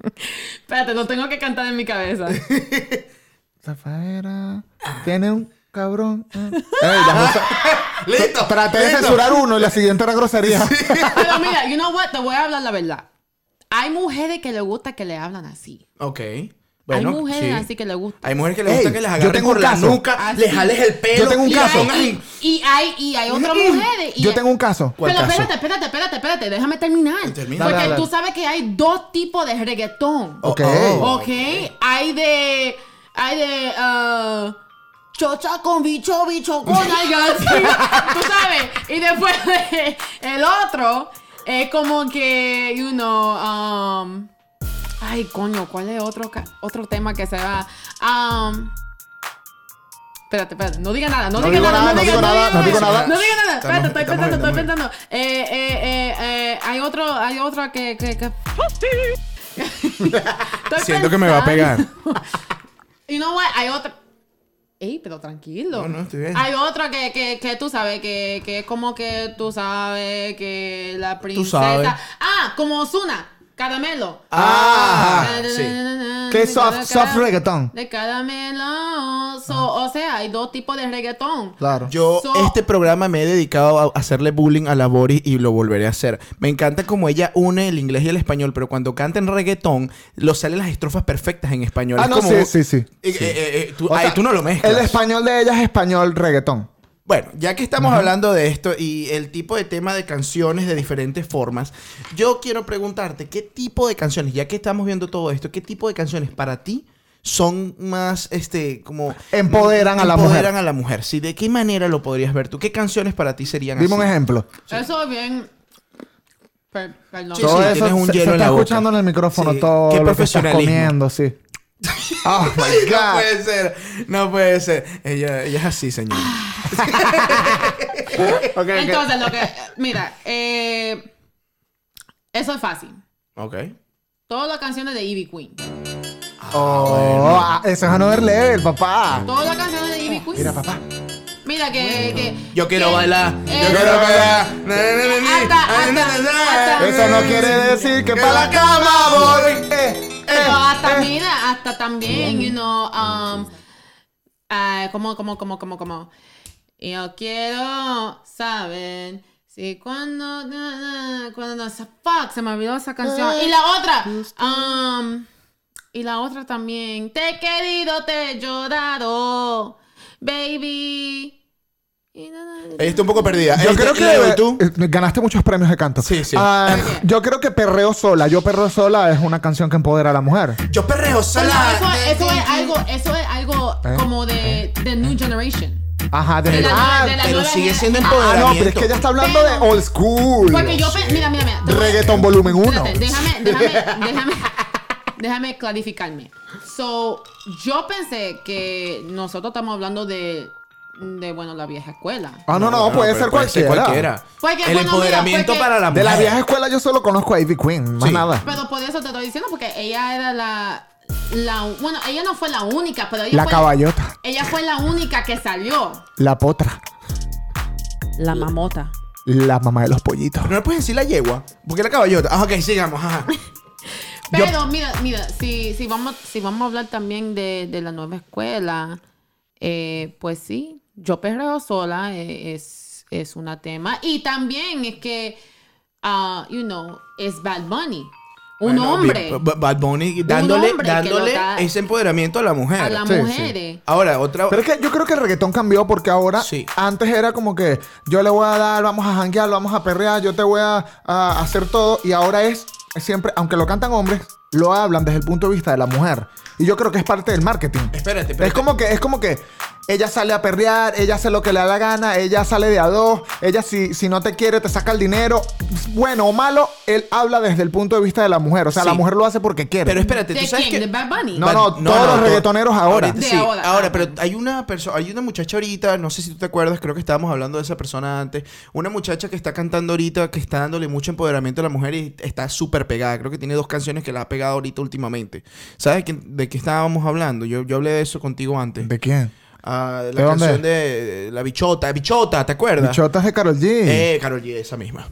Espérate, lo tengo que cantar en mi cabeza. zafadera. Tiene un cabrón. ¿eh? Ey, la cosa- Listo. Traté de listo. censurar uno y la siguiente era grosería. Pero mira, you know what, te voy a hablar la verdad. Hay mujeres que les gusta que le hablan así. Ok. Hay mujeres así que Ah, les gusta. Hay mujeres que les gusta Ey, que yo les agarren tengo por un la caso. nuca, Así. les jales el pelo. Yo tengo un y caso. le pongan Y, el- y hay, y hay otras mujeres. y- Yo tengo un caso. ¿Cuál Pero caso? espérate, espérate, espérate, espérate, déjame terminar. Termina. Porque Dale, dale. tú sabes que hay dos tipos de reggaetón. Ok. Oh. ok, hay de. Hay de. ah, chocha con bicho, bicho con algas. tú sabes. Y después de- el otro es como que, you know. um, ay, coño, ¿cuál es otro, ca- otro tema que se va? Um, Espérate, espérate, no diga nada, no, No diga digo nada, nada, no no diga digo nada, no digo nada. No diga nada, Estamos- espérate, estoy estamos pensando, estoy bien, pensando. Eh, eh, eh, eh, hay otro, hay otro que, que, que- Estoy Siento que me va a pegar. You know what? Hay otro. Ey, pero tranquilo. No, no, estoy bien. Hay otro que, que, que tú sabes, que, que es como que tú sabes que la princesa. sabes. Ah, como Osuna, caramelo. Ah, sí. Qué soft- soft reggaetón. De caramelo, so, Ah. o sea, hay dos tipos de reggaetón. Claro. Yo So- este programa me he dedicado a hacerle bullying a la Boris y lo volveré a hacer. Me encanta como ella une el inglés y el español, pero cuando canta en reggaetón, lo salen las estrofas perfectas en español. Ah, Es no, como- sí, sí, sí. Eh, eh, eh, tú, O ay, sea, tú no lo mezclas. El español de ella es español reggaetón. Bueno, ya que estamos hablando de esto y el tipo de tema de canciones de diferentes formas, yo quiero preguntarte, ¿qué tipo de canciones, ya que estamos viendo todo esto, qué tipo de canciones para ti son más, este, como... Empoderan a la mujer. Empoderan a la mujer, sí. ¿De qué manera lo podrías ver tú? ¿Qué canciones para ti serían Dime un así? ejemplo. Eso es bien. per- perdón. Sí, sí, tienes un se, hielo se en está la boca. escuchando en el micrófono Sí, todo qué lo que estás profesionalismo. comiendo, sí. Oh my No god. puede ser, no puede ser. Ella, ella es así, señor. Ah. Ok, ok. Entonces, lo que. Mira, eh, eso es fácil. ok. Todas las canciones de Ivy Queen. Oh, ah, eso es another level, papá. Todas las canciones de Ivy Queen. Mira, papá. Mira que. que- Yo quiero que- bailar, yo eh, quiero bailar. Na, na, na, na, Hasta, na, hasta, na, na, hasta. na. Eso no quiere decir que Que para la cama voy. Eh, eh, Pero hasta, eh. mira, hasta también, you know, um, ah, como, como, como, como, como. Yo quiero, ¿saben? Sí, cuando, na, na, cuando, no, sa- fuck, se me olvidó esa canción. Y la otra, um, y la otra también. Te he querido, te he llorado, baby. Y na, na, na. Ella está un poco perdida. Yo Este, creo que Leo, ¿y tú? eh, ganaste muchos premios de canto. Sí, sí. Ah, yo creo que Perreo Sola, Yo Perreo Sola es una canción que empodera a la mujer. Yo perreo Pero sola. eso, eso es algo, eso es algo Eh, como de, de New Generation. Ajá, de, De la- ah, de la- Pero nueva sigue generación. siendo Ah, ah, empoderamiento. no, pero es que ella está hablando de Pero- old school. Porque yo, pe- mira, mira, mira. te voy a- Reggaeton volumen 1. Espérate, déjame, déjame, déjame, déjame clarificarme. So, yo pensé que nosotros estamos hablando de, de bueno, la vieja escuela. Ah, no, no, puede, ser cualquiera. Porque, el bueno, mira, empoderamiento porque- para la De mujer. la vieja escuela yo solo conozco a Ivy Queen, más Ah, pues, Sí. nada. Pero por eso te estoy diciendo, porque ella era la, la bueno, ella no fue la única, pero ella La fue, caballota, Ella fue la única que salió. la potra, La mamota. la mamá de los pollitos. Pero no le puedes decir la yegua. Porque la caballota. Ah, ok, sigamos. ajá. Pero mira, mira, si, si, vamos, si vamos a hablar también de, de la nueva escuela, eh, pues sí, yo perreo sola eh, es, es una tema. Y también es que, ah, you know, es Bad Bunny, un Bueno, hombre pues, B- B- Bad Bunny dándole, hombre que dándole lo da- ese empoderamiento a la mujer. a las sí, sí. mujeres. Ahora, otra. Pero es que yo creo que el reggaetón cambió porque ahora, Sí. antes era como que yo le voy a dar, vamos a janguear, vamos a perrear, yo te voy a, a hacer todo. Y ahora es siempre, aunque lo cantan hombres, lo hablan desde el punto de vista de la mujer. Y yo creo que es parte del marketing. Espérate, Es como que, es como que ella sale a perrear, ella hace lo que le da la gana, ella sale de a dos, ella si, si no te quiere te saca el dinero. Bueno o malo, él habla desde el punto de vista de la mujer. O sea, Sí. la mujer lo hace porque quiere. Pero espérate, ¿De tú sabes quién? que ¿De Bad Bunny? No, no, todos los reggaetoneros ahora. Ahorita De sí. ahora. ahora. pero hay una persona, hay una muchacha ahorita, no sé si tú te acuerdas, creo que estábamos hablando de esa persona antes, una muchacha que está cantando ahorita, que está dándole mucho empoderamiento a la mujer y está súper pegada. Creo que tiene dos canciones que la ha pegado ahorita últimamente. ¿Sabes de, de qué estábamos hablando? Yo, yo hablé de eso contigo antes. ¿De quién? Ah, de ¿De la dónde? canción de eh, La Bichota, Bichota, ¿te acuerdas? Bichotas de Carol G. Eh, Carol G, esa misma.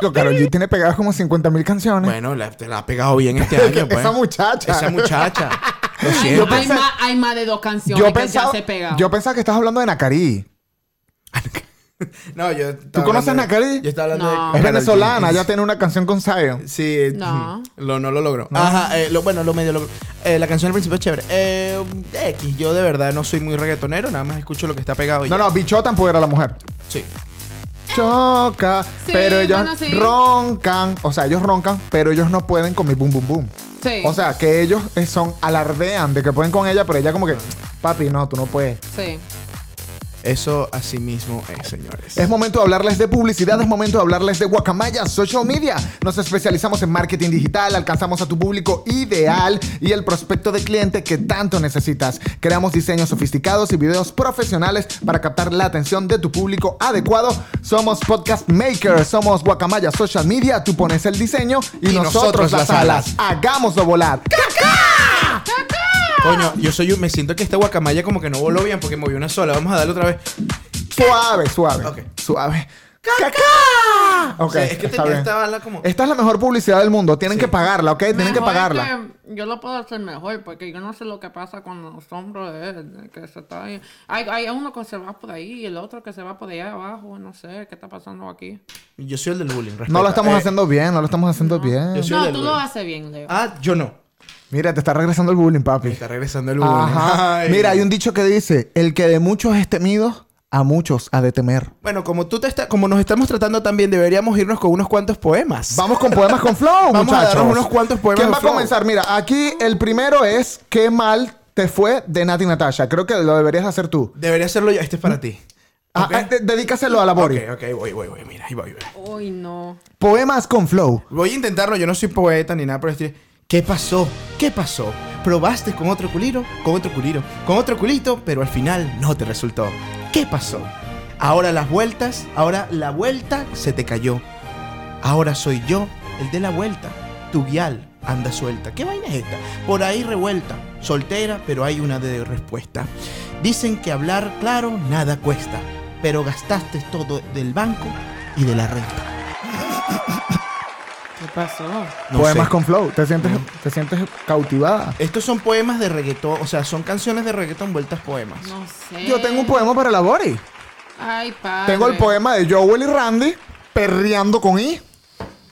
Digo, Karol G tiene pegadas como 50 mil canciones. Bueno, la, te la ha pegado bien este año, pues. Esa muchacha. Esa muchacha. Lo Hay, siento. hay más, hay más de dos canciones yo, que pensaba, ya se pegaron. yo pensaba que estás hablando de Nacari. No, yo. estaba ¿Tú conoces hablando de- a Nacari? Yo estaba hablando No. de. Es Karol G. venezolana, ella tiene una canción con Zion. Sí. eh, No. Lo, no lo logró. Ajá, eh, lo, bueno, lo medio logró. Eh, la canción al principio es chévere. Eh, X, yo de verdad no soy muy reggaetonero, nada más escucho lo que está pegado. y No, ya. no, Bichota empodera a la mujer. Sí. Choca, Sí, pero ellos bueno, sí. roncan. O sea, ellos roncan, pero ellos no pueden con mi boom, boom, boom. Sí, O sea, que ellos eh, son alardean de que pueden con ella, pero ella como que, papi, no, tú no puedes. sí. Eso así mismo es, señores. Es momento de hablarles de publicidad, es momento de hablarles de Guacamaya Social Media. Nos especializamos en marketing digital, alcanzamos a tu público ideal y el prospecto de cliente que tanto necesitas. Creamos diseños sofisticados y videos profesionales para captar la atención de tu público adecuado. Somos podcast makers, somos Guacamaya Social Media. Tú pones el diseño y, Y nosotros nosotros, las las alas. alas. Hagámoslo volar. Coño, yo soy un- me siento que esta guacamaya como que no voló bien porque movió una sola. Vamos a darle otra vez. Suave, suave. Ok. Suave. ¡Cacá! Ok, O sea, es que está tenía bien. esta bala como. Esta es la mejor publicidad del mundo. Tienen que pagarla, ¿ok? Tienen que Mejor pagarla. que yo lo puedo hacer mejor porque yo no sé lo que pasa con los hombros de él. Que se está ahí. Hay, hay uno que se va por ahí y el otro que se va por allá abajo. No sé qué está pasando aquí. Yo soy el del bullying. respeta. No lo estamos Eh, haciendo bien, no lo estamos haciendo bien. Yo soy No, del tú bullying. lo haces bien, Leo. Ah, yo no. Mira, te está regresando el bullying, Me papi. está regresando el bullying. Ajá. Ay. Mira, hay un dicho que dice, el que de muchos es temido, a muchos ha de temer. Bueno, como tú te está- como nos estamos tratando también, deberíamos irnos con unos cuantos poemas. Vamos con poemas con flow, Vamos a muchachos. darnos unos cuantos poemas ¿Quién de va a flow? comenzar? Mira, aquí el primero es ¿Qué mal te fue de Nati Natasha? Creo que lo deberías hacer tú. Debería hacerlo yo. Este es para ti. Ah, Ok. ah, de- dedícaselo a la Bori. Ok, ok, voy, voy, voy. Mira, ahí voy, voy. Uy, no. Poemas con flow. Voy a intentarlo, yo no soy poeta ni nada por el estilo. ¿Qué pasó? ¿Qué pasó? Probaste con otro culiro, con otro culiro, con otro culito, pero al final no te resultó. ¿Qué pasó? Ahora las vueltas, ahora la vuelta se te cayó. Ahora soy yo, el de la vuelta. Tu guial anda suelta. ¿Qué vaina es esta? Por ahí revuelta. Soltera, pero hay una de respuesta. Dicen que hablar claro nada cuesta, pero gastaste todo del banco y de la renta. ¿Qué pasó? No poemas sé. con flow. ¿Te sientes, te sientes cautivada? Estos son poemas de reggaetón, o sea, son canciones de reggaetón vueltas poemas. No sé. Yo tengo un poema para la Bori. Ay, padre. Tengo el poema de Joel y Randy perreando con I.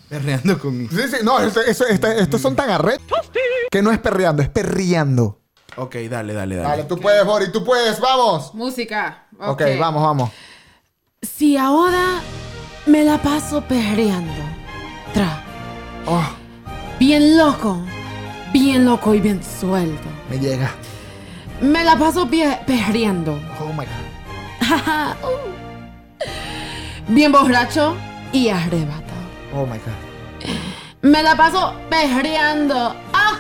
Perreando con Sí, sí, no, eso- eso- esta- estos son tan arretos que no es perreando, es perreando. Ok, dale, dale, dale. Dale, tú puedes, Bori, tú puedes, vamos. Música. Ok, vamos, vamos. Si ahora me la paso perreando. Tra. Oh, Bien loco. Bien loco y bien suelto. me llega. Me la paso pie- perreando. Oh my god. Ajá, uh. Bien borracho y arrebatado. Oh my god. Me la paso perreando. ¡Ah!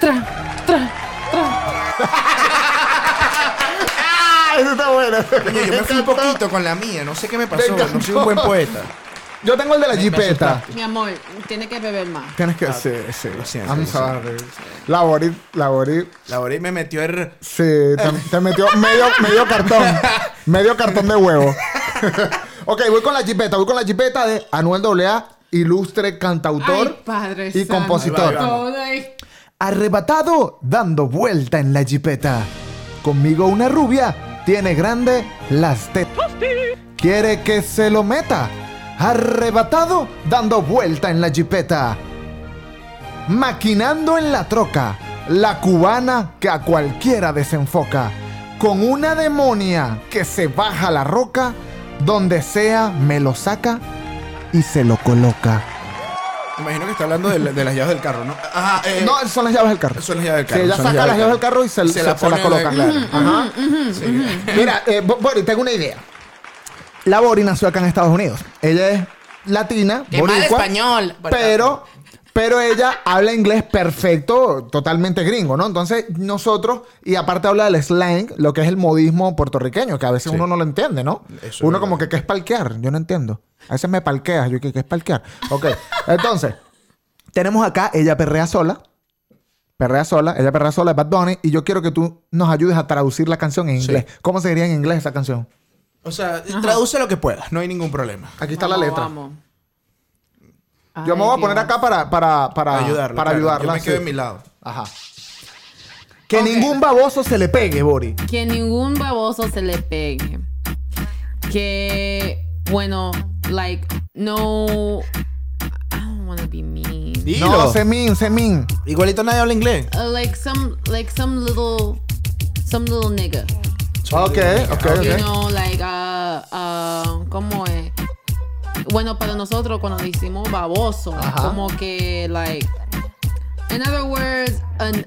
Tra, tra, tra. Ah, eso está bueno. Coño, yo me fui un poquito con la mía, no sé qué me pasó, Venga, no soy un buen no. poeta. Yo tengo el de la jipeta. Mi amor, tiene que beber más. Tienes que. Sí, sí. lo siento, I'm lo sorry. La Bori, la Bori. La hora y me metió el... Sí, te, te metió medio, medio cartón. medio cartón de huevo. ok, voy con la jipeta. Voy con la jipeta de Anuel AA, ilustre cantautor. Ay, padre y santo. Ahí compositor. va, ahí va. Todo ahí. Arrebatado, dando vuelta en la jipeta. Conmigo una rubia tiene grande las tetas. Quiere que se lo meta. Arrebatado, dando vuelta en la jipeta. Maquinando en la troca, la cubana que a cualquiera desenfoca. Con una demonia que se baja la roca, donde sea me lo saca y se lo coloca. Me imagino que está hablando de, la- de las llaves del carro, ¿no? Ajá, eh, No, son las llaves del carro. son las llaves del carro. Sí, ella son saca las llaves del carro y se, se- se la las pone Mm, coloca. en la- Ajá. Sí. Mira, eh, Bo- Bori, tengo una idea. La Bori nació acá en Estados Unidos. Ella es latina, Que mal boricua, español. pero, pero ella habla inglés perfecto, totalmente gringo, ¿no? Entonces nosotros, y aparte habla del slang, lo que es el modismo puertorriqueño, que a veces uno no lo entiende, ¿no? Eso es uno verdad. como que, ¿qué es palquear? Yo no entiendo. A veces me palqueas, yo que, ¿qué es palquear? Ok, entonces, tenemos acá, ella perrea sola. Perrea sola, ella perrea sola, Bad Bunny, y yo quiero que tú nos ayudes a traducir la canción en inglés. ¿Cómo sería en inglés esa canción? O sea, traduce lo que puedas, no hay ningún problema. Aquí está la Vamos, letra. vamos. Yo me Ay, voy a poner Dios. acá para, para, para, Para ayudarla. para claro. ayudarla. Yo me quedo sí. en mi lado. Ajá. Que Ok. ningún baboso se le pegue, Bori. Que ningún baboso se le pegue. Que, bueno, like, no. I don't wanna be mean. Dilo. No, Semin, Semin. Igualito nadie habla inglés. Uh, like some like some little some little nigga. Ok, ok, You ok. know, like uh uh como es. Bueno, para nosotros cuando decimos baboso, Ajá. como que like in other words, an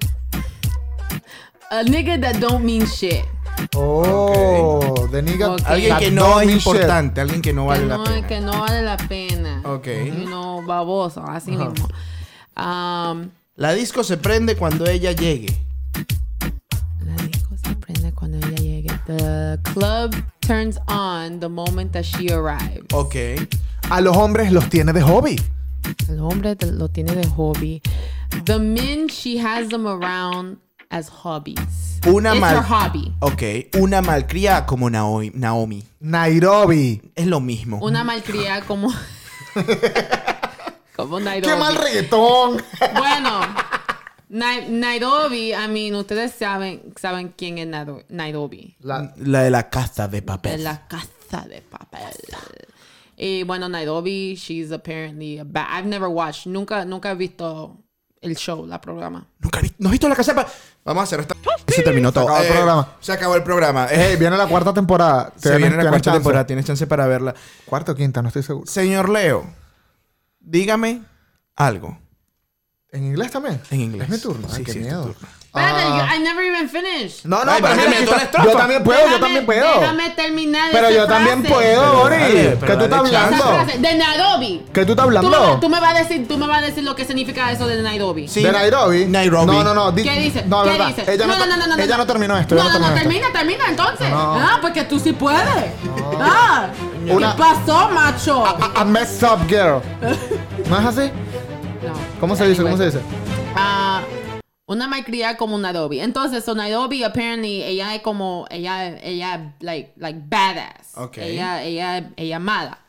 a nigga that don't mean shit. Oh, de nigga. Ok. Alguien that que don't no es mean shit. importante, alguien que no Que vale la no, pena. que no vale la pena. Ok. You know, baboso, así mismo. Um, La disco se prende cuando ella llegue. La disco se prende cuando ella llegue. The club turns on the moment that she arrives. Ok. A los hombres los tiene de hobby. El hombre te- lo tiene de hobby. The men she has them around as hobbies. Una It's mal. your hobby. Ok, una malcriada como Naoi- Naomi. Nairobi. Es lo mismo. Una malcriada como. como Nairobi. ¡Qué mal reggaetón! Bueno, Nai- Nairobi, I mean, ustedes saben, saben quién es Nairo- Nairobi. La, la de la casa de Es papel. la casa de papel. Y bueno, Nairobi, she's apparently a bad. I've never watched, nunca, nunca he visto el show, la programa. Nunca vi- no has visto la casa de papel. Vamos a hacer esta. Se terminó todo. acabó el programa. Se acabó el programa. Eh, Ey, viene la cuarta temporada. se Tienes- viene la tienes cuarta chance. temporada. Tienes chance para verla. Cuarta o quinta, no estoy seguro. Señor Leo, dígame algo ¿En inglés también? en inglés. Es mi turno. Ay, Sí, qué sí, es tu miedo. turno. Espérate, yo- I never even finished. No, no, Ay, pero pero es que terminó aquí la está- estrofa. yo también puedo, yo Déjame- también puedo. Déjame terminar Pero esa yo también frase. puedo, Bori. dale, ¿Qué pero tú estás dale chance. Esa hablando? frase de Nairobi. ¿Qué tú estás Tú me, tú hablando? me vas a decir, tú me vas a decir lo que significa eso de Nairobi. Sí. ¿De Nairobi? Nairobi. No, no, no. di- ¿Qué dice? No, ¿Qué verdad. dice? Ella no, no, Ella no terminó esto. No, ella no, terminó no, esto. termina, termina entonces. No. Ah, porque tú sí puedes. Ah, Una- ¿qué pasó, macho? A, a messed up girl. ¿No es así? No. ¿Cómo se dice? ¿Cómo se dice? Ah, una malcriada como una Adobe. Entonces, so Nairobi, apparently, ella es como, ella, ella, like, like badass. Ok. Ella, ella, ella mala.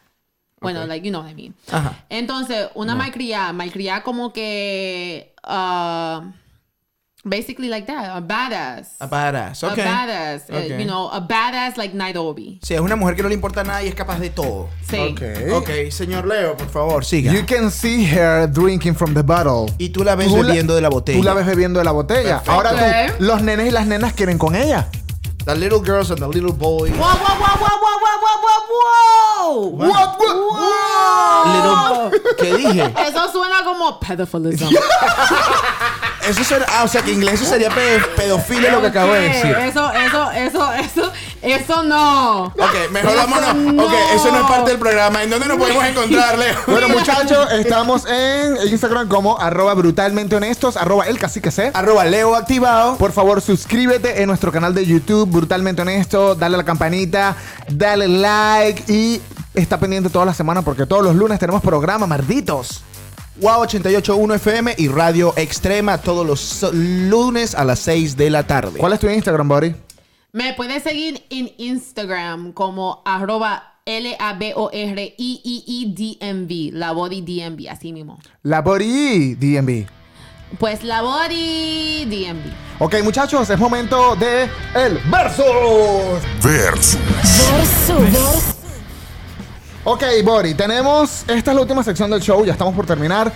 Bueno, like, you know what I mean. Ajá. Entonces, una malcriada, malcriada como que, ah, basically like that, a badass. A badass. Okay. A badass, eh, Ok. you know, a badass like Nairobi. Sí, es una mujer que no le importa nada y es capaz de todo. Sí. Ok, señor Leo, por favor, siga. You can see her drinking from the bottle. Y tú la ves Tú la- bebiendo de la botella. Tú la ves bebiendo de la botella. Perfecto. Ahora Ok. tú, los nenes y las nenas quieren con ella. The little girls and the little boys. Wow, wow, wow, wow, wow, wow, wow, wow, wow. What? What? Little- ¿Qué dije? Eso suena como pedophilism. Eso sería, ah, o sea que en inglés eso sería pe- pedofilia lo que acabo de Ok, decir. Eso, eso, eso, eso, eso no. Ok, mejor Eso vámonos. Ok, eso no es parte del programa. ¿En dónde nos podemos encontrar, Leo? Bueno, muchachos, estamos en Instagram como arroba brutalmente honestos, arroba el cacique C. Arroba Leo activado. Por favor, suscríbete en nuestro canal de YouTube, Brutalmente Honesto, dale a la campanita, dale like y está pendiente toda la semana porque todos los lunes tenemos programa, malditos. Wow 881 FM y Radio Extrema todos los so- lunes a las 6 de la tarde. ¿Cuál es tu Instagram, Bori? Me puedes seguir en Instagram como arroba L-A-B-O-R-I-I-I-D-M-V, la body DMV, así mismo. La Bori DMV. Pues la body DMV. Ok, muchachos, es momento de el versus. Versus. Versus. Ok, Bori, tenemos. Esta es la última sección del show, ya estamos por terminar.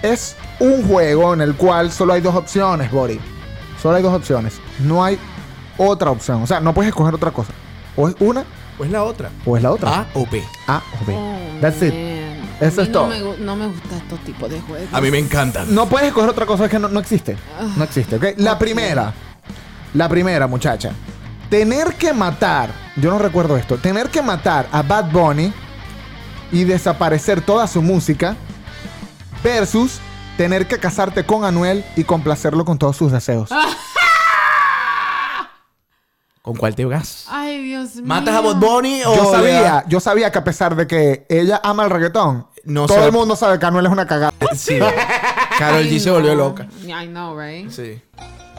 Es un juego en el cual solo hay dos opciones, Bori. Solo hay dos opciones. No hay otra opción. O sea, no puedes escoger otra cosa. O es una Pues la otra. o es la otra. Ah. A o B. A o B. Oh, That's it. man. A Eso mí es todo. No me, gu- no me gusta estos tipos de juegos. A mí me encantan. No puedes escoger otra cosa, es que no, no existe. No existe, ¿ok? La primera. La primera, muchacha. Tener que matar. Yo no recuerdo esto. Tener que matar a Bad Bunny y desaparecer toda su música. Versus tener que casarte con Anuel y complacerlo con todos sus deseos. ¿Con cuál te vas? Ay, Dios mío. ¿Matas a Bot Bunny o.? Yo sabía, yo sabía que a pesar de que ella ama el reggaetón, No todo se- el mundo sabe que Anuel es una cagada. Sí. Carol Ay, G se volvió no. loca. I know, right? Sí.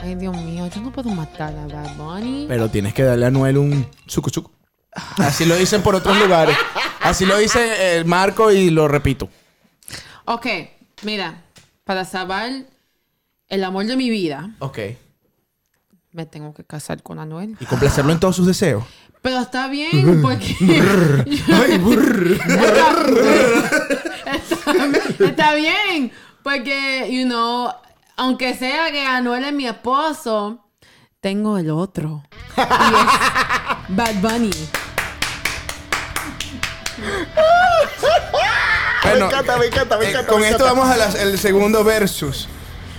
Ay, Dios mío, yo no puedo matar a Bad Bunny. Pero tienes que darle a Noel un suco suco. Así lo dicen por otros lugares. Así lo dice el Marco y lo repito. Ok, mira, para salvar el amor de mi vida, Ok. me tengo que casar con Anuel. Y complacerlo en todos sus deseos. Pero está bien, porque. está, está bien, porque, you know, aunque sea que Anuel es mi esposo, tengo el otro. Y es Bad Bunny. Bueno, me encanta, eh, con esto vamos al segundo versus.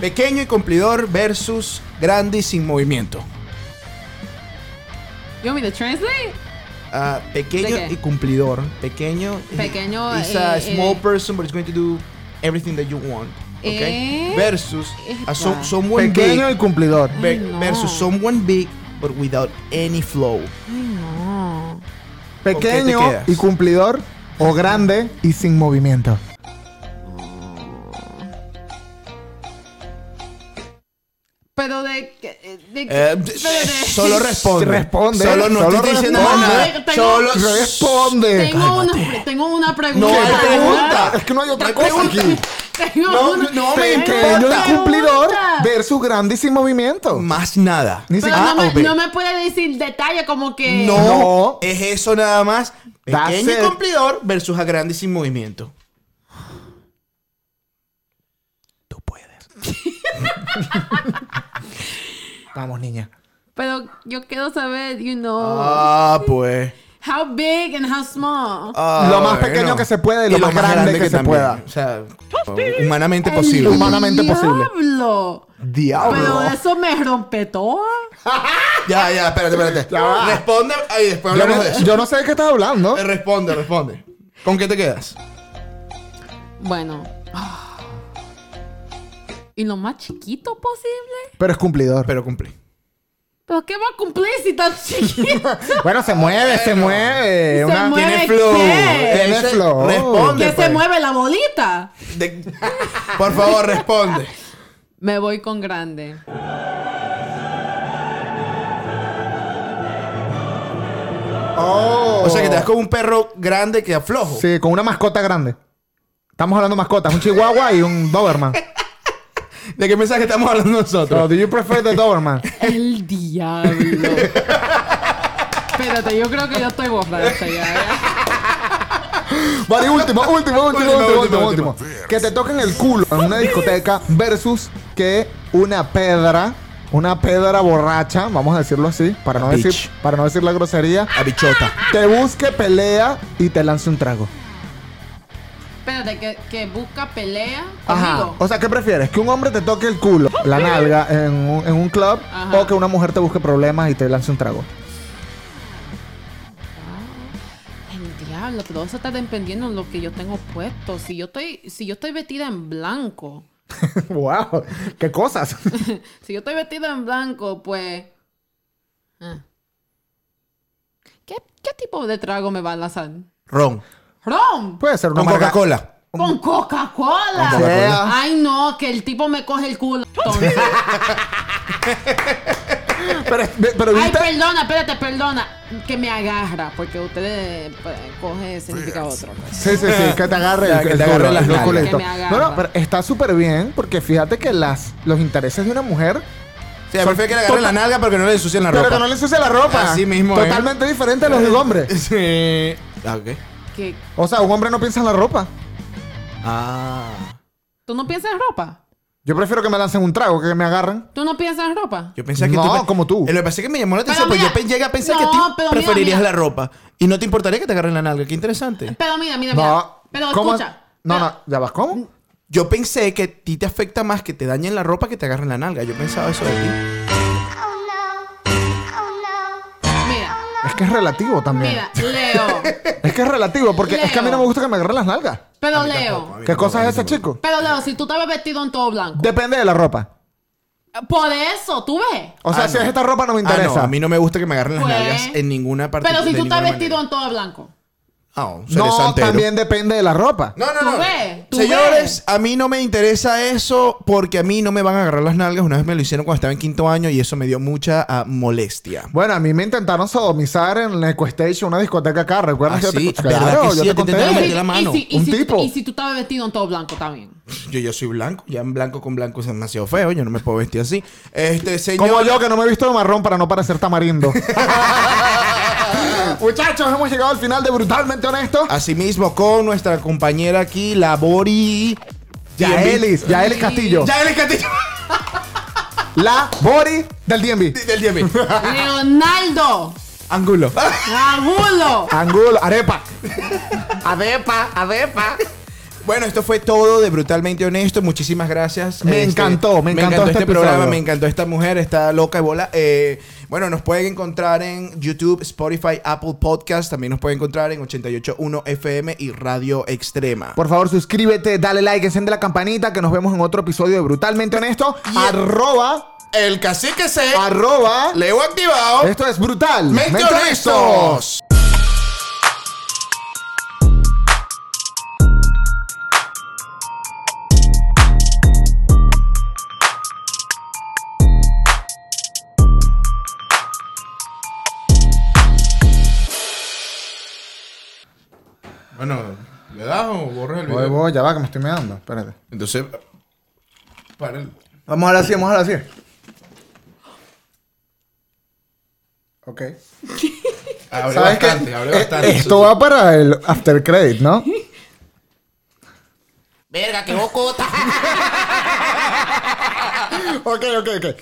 Pequeño y cumplidor versus grande y sin movimiento. You want me to translate? Ah, pequeño ¿De qué? y cumplidor. Pequeño. Pequeño, It's a eh, small eh. person, but it's going to do everything that you want. Okay. Eh. versus a so- Epa. someone Pequeño big. y cumplidor. Ve- no. Versus someone big, but without any flow. Ay, no. ¿Con Pequeño qué te quedas? y cumplidor o grande y sin movimiento. Pero de. de, de- Eh, pero de- solo responde. Responde. Solo no Solo estoy diciendo responde. nada. No, tengo- Solo Responde. Tengo una, tengo una pregunta. No hay ¿verdad? pregunta. Es que no hay otra hay cosa pregunta. aquí. Tengo No, una- no me tengo importa. Pequeño una incumplidor pregunta. versus grandísimo movimiento. Más nada. Ni Pero siquiera- no, A o B. me, no me puede decir detalle como que. "Ah, No, No. es eso nada más. That's Pequeño y it. cumplidor versus a grande y sin movimiento. Tú puedes. Vamos, niña. Pero yo quiero saber, you know, Ah, pues. how big and how small. Ah, Lo más pequeño que se pueda y lo más grande que se pueda. O sea, humanamente posible. Humana- humanamente posible. Diablo. Pero Diablo. eso me rompe todo. Ya, ya, espérate, espérate. Ya va. Responde. Ahí después Yo hablamos de no, eso. yo no sé de qué estás hablando. Eh, Responde, responde. ¿Con qué te quedas? Bueno. Ah. Y lo más chiquito posible. Pero es cumplidor. Pero cumplí. ¿Pero qué va a cumplir si tan chiquito? Bueno, se mueve, se mueve. Se Una- mueve. Tiene ¿qué? flow. Tiene Ese- flow. Responde. que se pues. mueve la bolita. De- Por favor, responde. Me voy con grande. Oh. O sea, que te das con un perro grande que aflojo. Sí, con una mascota grande. Estamos hablando de mascotas, un chihuahua y un Doberman. ¿De qué mensaje estamos hablando nosotros? So, do you prefer the Doberman? El diablo. Espérate, yo creo que yo estoy borracha ya. Vale, último, último, último, Último, último, último, último, último. Que te toquen el culo en una discoteca versus que una pedra, una pedra borracha, vamos a decirlo así, para no decir, bitch. para no decir la grosería, A bichota. te busque, pelea y te lance un trago. Espérate, que, que busca pelea Ajá. conmigo. O sea, ¿qué prefieres? ¿Que un hombre te toque el culo, la nalga, en un, en un club? Ajá. ¿O que una mujer te busque problemas y te lance un trago? El diablo, pero eso está dependiendo de lo que yo tengo puesto. Si yo estoy, si yo estoy vestida en blanco, ¡Wow! ¡Qué cosas! si yo estoy vestida en blanco, pues. ah. ¿Qué, qué tipo de trago me va a lanzar? Ron. ¡Ron! Puede ser una Con marca- Coca-Cola. ¡Con Coca-Cola! Coca-Cola. Ay, no, que el tipo me coge el culo. entonces. Pero, pero Ay, viste, perdona, espérate, perdona. Que me agarra, porque ustedes pues, coge significa otro. Sí, sí, sí, que te agarre Ya, el, que el te agarre culo, las el nalgas. culito. Que me agarra. No, no, pero está súper bien porque fíjate que las, los intereses de una mujer, Sí, prefiero que le agarren la nalga porque no le ensucian la pero que ropa. no le ensucia la ropa. Así mismo, ¿eh? Totalmente diferente a los de un hombre. Sí. Ah, ok. Que O sea, un hombre no piensa en la ropa. Ah. tú no piensas en ropa. Yo prefiero que me lancen un trago que me agarren. Tú no piensas en ropa. Yo pensaba que No, tú... como tú. Eh, Lo que pasa es que me llamó la atención, Pero pero yo mira- pe- llegué a pensar No, que pero tú mira, preferirías mira. la ropa. Y no te importaría que te agarren la nalga. Qué interesante. Pero mira, mira, mira. No. pero ¿Cómo? escucha. No, pero- no, ya vas, ¿cómo? Yo pensé que a ti te afecta más que te dañen la ropa que te agarren la nalga. Yo pensaba eso de ti. Mira, Es que es relativo también. mira, Leo. Es que es relativo porque es que a mí no me gusta que me agarren las nalgas. Pero Leo. ¿Qué cosa es esa, chico? Pero Leo, si tú estabas vestido en todo blanco. Depende de la ropa. Por eso, tú ves. O sea, Ah, si no. es esta ropa no me Ah, interesa. no, a mí no me gusta que me agarren las Pues, nalgas en ninguna parte. Pero si de tú estás ninguna vestido manera. en todo blanco. Ah, un No, cerezantero. también depende de la ropa. No, no, Tú no. ves, tú Señores, ves. a mí no me interesa eso porque a mí no me van a agarrar las nalgas. Una vez me lo hicieron cuando estaba en quinto año y eso me dio mucha ah, molestia. Bueno, a mí me intentaron sodomizar en la Equestation, una discoteca acá. ¿Recuerdas? Ah, que yo sí, te, ¿verdad claro, que yo sí? te Te intentaron conté. meter- la mano, y si, y un si- tipo. Y si tú estabas vestido en todo blanco también. Yo ya soy blanco, ya en blanco con blanco es demasiado feo, yo no me puedo vestir así. Este señor. Como yo, que no me he visto de marrón para no parecer tamarindo. Muchachos, hemos llegado al final de Brutalmente Honesto. Ah, Asimismo, con nuestra compañera aquí, la Bori. Yaelis, Yaelis Castillo. Yaelis Castillo. La Bori del DMV. Del Ah, DMV. Leonardo. Angulo. Agulo. Angulo, Arepa. Bueno, esto fue todo de Brutalmente Honesto. Muchísimas gracias. Me encantó, me encantó este, este programa, episodio. me encantó esta mujer, esta loca de bola. Eh, bueno, nos pueden encontrar en YouTube, Spotify, Apple Podcast. También nos pueden encontrar en 88.1 FM y Radio Extrema. Por favor, suscríbete, dale like, enciende la campanita, que nos vemos en otro episodio de Brutalmente Honesto. Arroba, el cacique se arroba. Leo activado. Esto es Brutal. ¡Mente Honesto. honestos! Bueno, ¿le das o borras el Voy, video? voy, ya va, que me estoy meando. Espérate. Entonces, para el... Vamos ahora sí, vamos ahora sí. Ok. Abre ¿Sabes qué? bastante, abre Eh, bastante. Esto va para el after credit, ¿no? Verga, qué bocota. ok, ok, ok.